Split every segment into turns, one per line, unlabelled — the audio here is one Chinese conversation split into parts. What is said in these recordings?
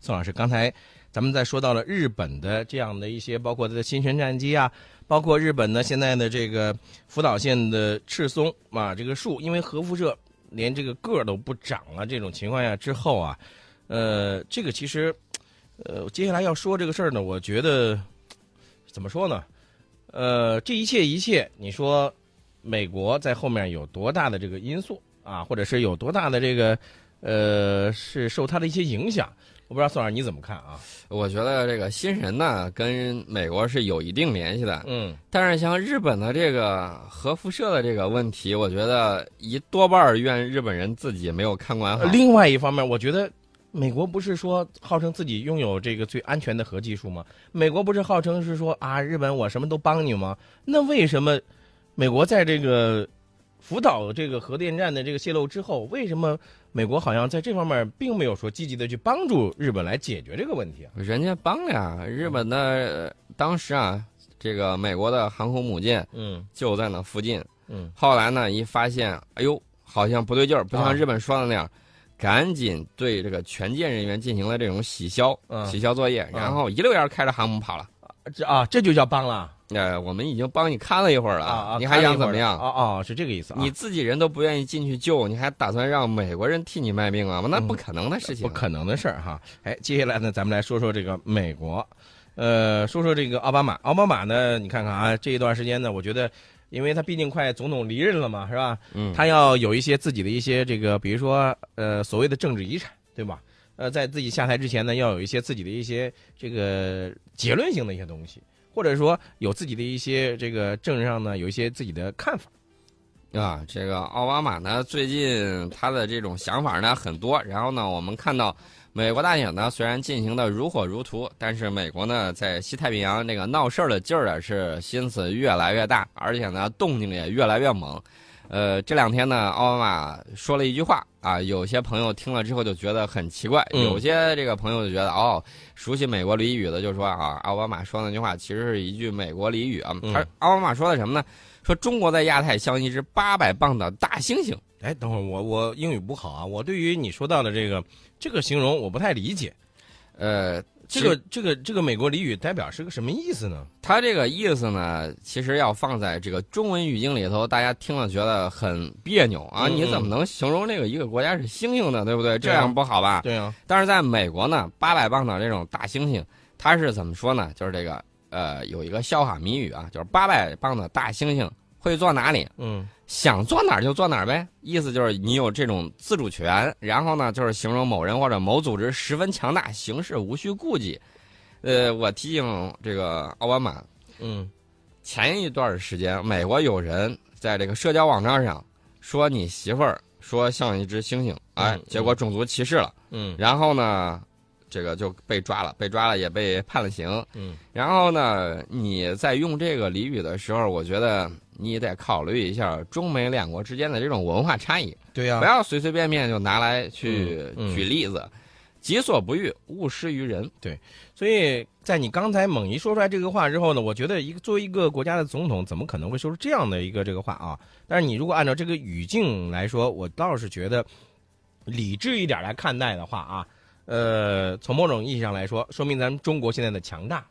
宋老师，刚才咱们在说到了日本的这样的一些，包括它的新型战机啊，包括日本呢现在的这个福岛县的赤松啊，这个树因为核辐射连这个个儿都不长了，这种情况下之后啊，呃，这个其实，呃，接下来要说这个事儿呢，我觉得怎么说呢？呃，这一切一切，你说美国在后面有多大的这个因素啊，或者是有多大的这个呃，是受它的一些影响？我不知道宋老师你怎么看啊？
我觉得这个新神呢跟美国是有一定联系的，
嗯
但是像日本的这个核辐射的这个问题，我觉得一多半儿怨日本人自己没有看管好。
另外一方面，我觉得美国不是说号称自己拥有这个最安全的核技术吗？美国不是号称是说啊，日本我什么都帮你吗？那为什么美国在这个福岛这个核电站的这个泄漏之后，为什么美国好像在这方面并没有说积极的去帮助日本来解决这个问题啊？
人家帮了呀，日本的、呃当时啊，这个美国的航空母舰
嗯
就在那附近，
嗯
后来呢一发现，哎呦，好像不对劲儿，不
啊
像日本说的那样。赶紧对这个全舰人员进行了这种洗消、
嗯
洗消作业，然后一溜烟儿开着航母跑了。
这啊这就叫帮了
呃，我们已经帮你看了一会儿了，
啊！
你还想怎么样？
啊啊，是这个意思啊！
你自己人都不愿意进去救，你还打算让美国人替你卖命啊？那不可能的事情、
嗯不可能的事儿哈。哎，接下来呢，咱们来说说这个美国，呃，说说这个奥巴马。奥巴马呢，你看看啊，这一段时间呢，我觉得，因为他毕竟快总统离任了嘛，是吧？
嗯，
他要有一些自己的一些这个，比如说呃，所谓的政治遗产，对吧？呃，在自己下台之前呢，要有一些自己的一些这个结论性的一些东西，或者说有自己的一些这个政治上呢有一些自己的看法。
啊，这个奥巴马呢，最近他的这种想法呢很多。然后呢，我们看到美国大选呢虽然进行的如火如荼，但是美国呢在西太平洋这个闹事儿的劲儿啊是心思越来越大，而且呢动静也越来越猛。呃，这两天呢，奥巴马说了一句话啊，有些朋友听了之后就觉得很奇怪，
嗯
有些这个朋友就觉得哦，熟悉美国俚语的就说啊，奥巴马说那句话其实是一句美国俚语啊。
嗯
他奥巴马说的什么呢？说中国在亚太像一只八百磅的大猩猩。
哎，等会儿我我英语不好啊，我对于你说到的这个这个形容我不太理解。
呃，
这个这个这个美国俚语代表是个什么意思呢？
他这个意思呢，其实要放在这个中文语境里头，大家听了觉得很别扭啊。
嗯嗯
你怎么能形容这个一个国家是猩猩呢？对不对？这
对啊
样不好吧？
对啊，
但是在美国呢，八百磅的这种大猩猩，它是怎么说呢？就是这个呃，有一个笑话谜语啊，就是八百磅的大猩猩会坐哪里？
嗯
想坐哪儿就坐哪儿呗，意思就是你有这种自主权。然后呢，就是形容某人或者某组织十分强大，行事无需顾忌。呃，我提醒这个奥巴马，
嗯
前一段时间美国有人在这个社交网站上说你媳妇儿说像一只猩猩，哎
嗯，
结果种族歧视了。
嗯
然后呢，这个就被抓了，被抓了也被判了刑。
嗯，
然后呢，你在用这个俚语的时候，我觉得你得考虑一下中美两国之间的这种文化差异，
对呀、
不要随随便便就拿来去
啊嗯嗯
举例子。己所不欲，勿施于人。
所以在你刚才猛一说出来这个话之后呢，我觉得一个作为一个国家的总统，怎么可能会说出这样的一个这个话啊？但是你如果按照这个语境来说，我倒是觉得理智一点来看待的话啊，呃，从某种意义上来说，说明咱们中国现在的强大，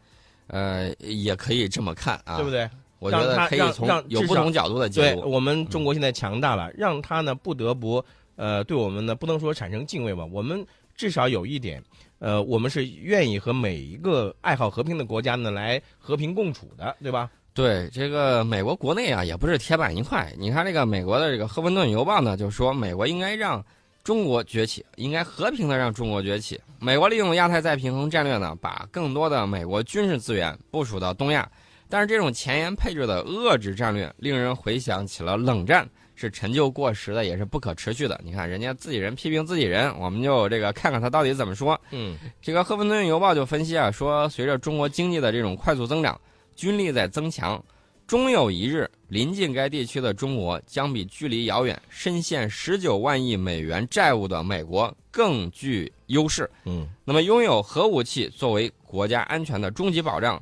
呃，也可以这么看啊，
对不
对？
对？
我觉
让
得
他
可以
让
从
让
有
至
不
少
同角度的解
对
读。
我们中国现在强大了，让他呢不得不呃对我们呢不能说产生敬畏吧，我们至少有一点，呃，我们是愿意和每一个爱好和平的国家呢来和平共处的，对吧？
对这个美国国内啊，也不是铁板一块。你看这个美国的这个《赫芬顿邮报》呢，就说美国应该让中国崛起，应该和平的让中国崛起。美国利用亚太再平衡战略呢，把更多的美国军事资源部署到东亚。但是这种前沿配置的遏制战略，令人回想起了冷战，是陈旧过时的，也是不可持续的。你看人家自己人批评自己人，我们就这个看看他到底怎么说。
嗯
这个《赫芬顿邮报》就分析啊，说随着中国经济的这种快速增长，军力在增强，终有一日，临近该地区的中国将比距离遥远、深陷十九万亿美元债务的美国更具优势。
嗯
那么，拥有核武器作为国家安全的终极保障，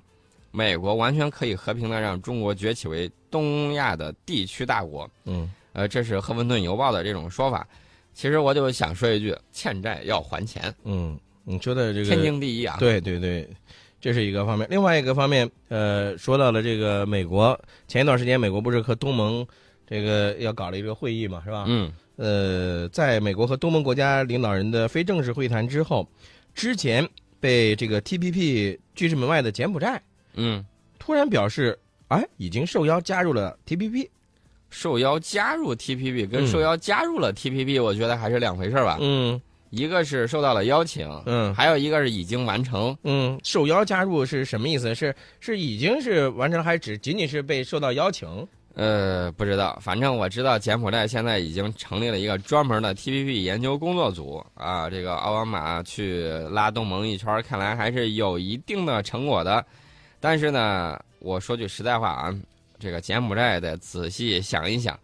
美国完全可以和平的让中国崛起为东亚的地区大国。
嗯，
呃，这是《赫芬顿邮报》的这种说法。其实我就想说一句：欠债要还钱。
嗯，你说的这个
天经地义啊。
对对对，这是一个方面。另外一个方面，呃，说到了这个美国，前一段时间美国不是和东盟这个要搞了一个会议嘛，是吧？
嗯，
呃，在美国和东盟国家领导人的非正式会谈之后，之前被这个 TPP 拒之门外的柬埔寨
嗯，
突然表示，哎，已经受邀加入了 TPP。
受邀加入 TPP 跟
嗯
受邀加入了 TPP，、我觉得还是两回事儿吧。
嗯
一个是受到了邀请，
嗯
还有一个是已经完成。
嗯，受邀加入是什么意思？是是已经是完成了，还只仅仅是被受到邀请？
呃，不知道，反正我知道柬埔寨现在已经成立了一个专门的 TPP 研究工作组啊。这个奥巴马去拉东盟一圈儿，看来还是有一定的成果的。但是呢，我说句实在话啊，这个柬埔寨得仔细想一想。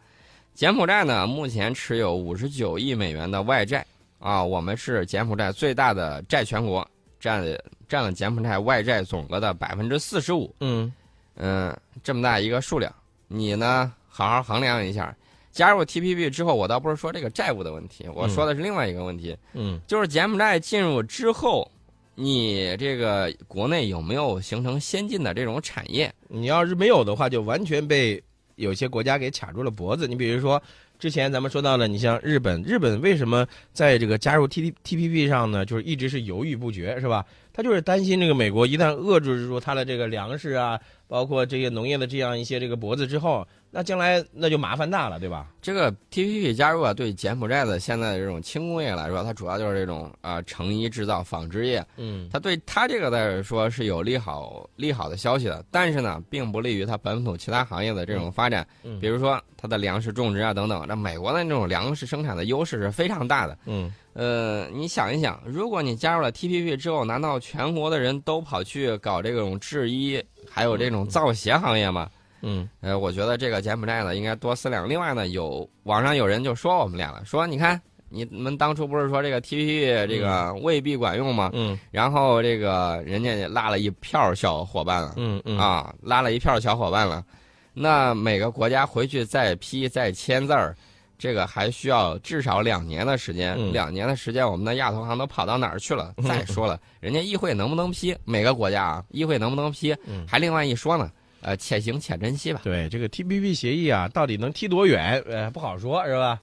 柬埔寨呢，目前持有五十九亿美元的外债啊，我们是柬埔寨最大的债权国，占占了柬埔寨外债总额的百分之四十五。
嗯。
嗯，这么大一个数量，你呢好好衡量一下。加入 TPP 之后，我倒不是说这个债务的问题，我说的是另外一个问题，
嗯
就是柬埔寨进入之后，你这个国内有没有形成先进的这种产业？
你要是没有的话，就完全被有些国家给卡住了脖子。你比如说，之前咱们说到了，你像日本，日本为什么在这个加入 T T T P P 上呢？就是一直是犹豫不决，是吧？他就是担心这个美国一旦遏制住他的这个粮食啊，包括这些农业的这样一些这个脖子之后，那将来那就麻烦大了，对吧？
这个 TPP 加入啊，对柬埔寨的现在的这种轻工业来说，它主要就是这种啊、成衣制造、纺织业，
嗯
它对它这个来说是有利好利好的消息的，但是呢，并不利于它本土其他行业的这种发展，
嗯
比如说它的粮食种植啊等等。那美国的那种粮食生产的优势是非常大的。
嗯
呃，你想一想，如果你加入了 TPP 之后，难道全国的人都跑去搞这种制衣，还有这种造鞋行业吗？
嗯
呃，我觉得这个柬埔寨呢，应该多思量。另外呢，有网上有人就说我们俩了，说你看你们当初不是说这个 TPP 这个未必管用吗？
嗯
然后这个人家也拉了一票小伙伴了、
嗯嗯，
啊，拉了一票小伙伴了。那每个国家回去再批再签字儿，这个还需要至少两年的时间。
嗯
两年的时间，我们的亚投行都跑到哪儿去了？
嗯
再说了，人家议会能不能批？每个国家啊，议会能不能批
嗯？
还另外一说呢。呃，且行且珍惜吧。
对这个 T P P 协议啊，到底能踢多远？呃，不好说，是吧？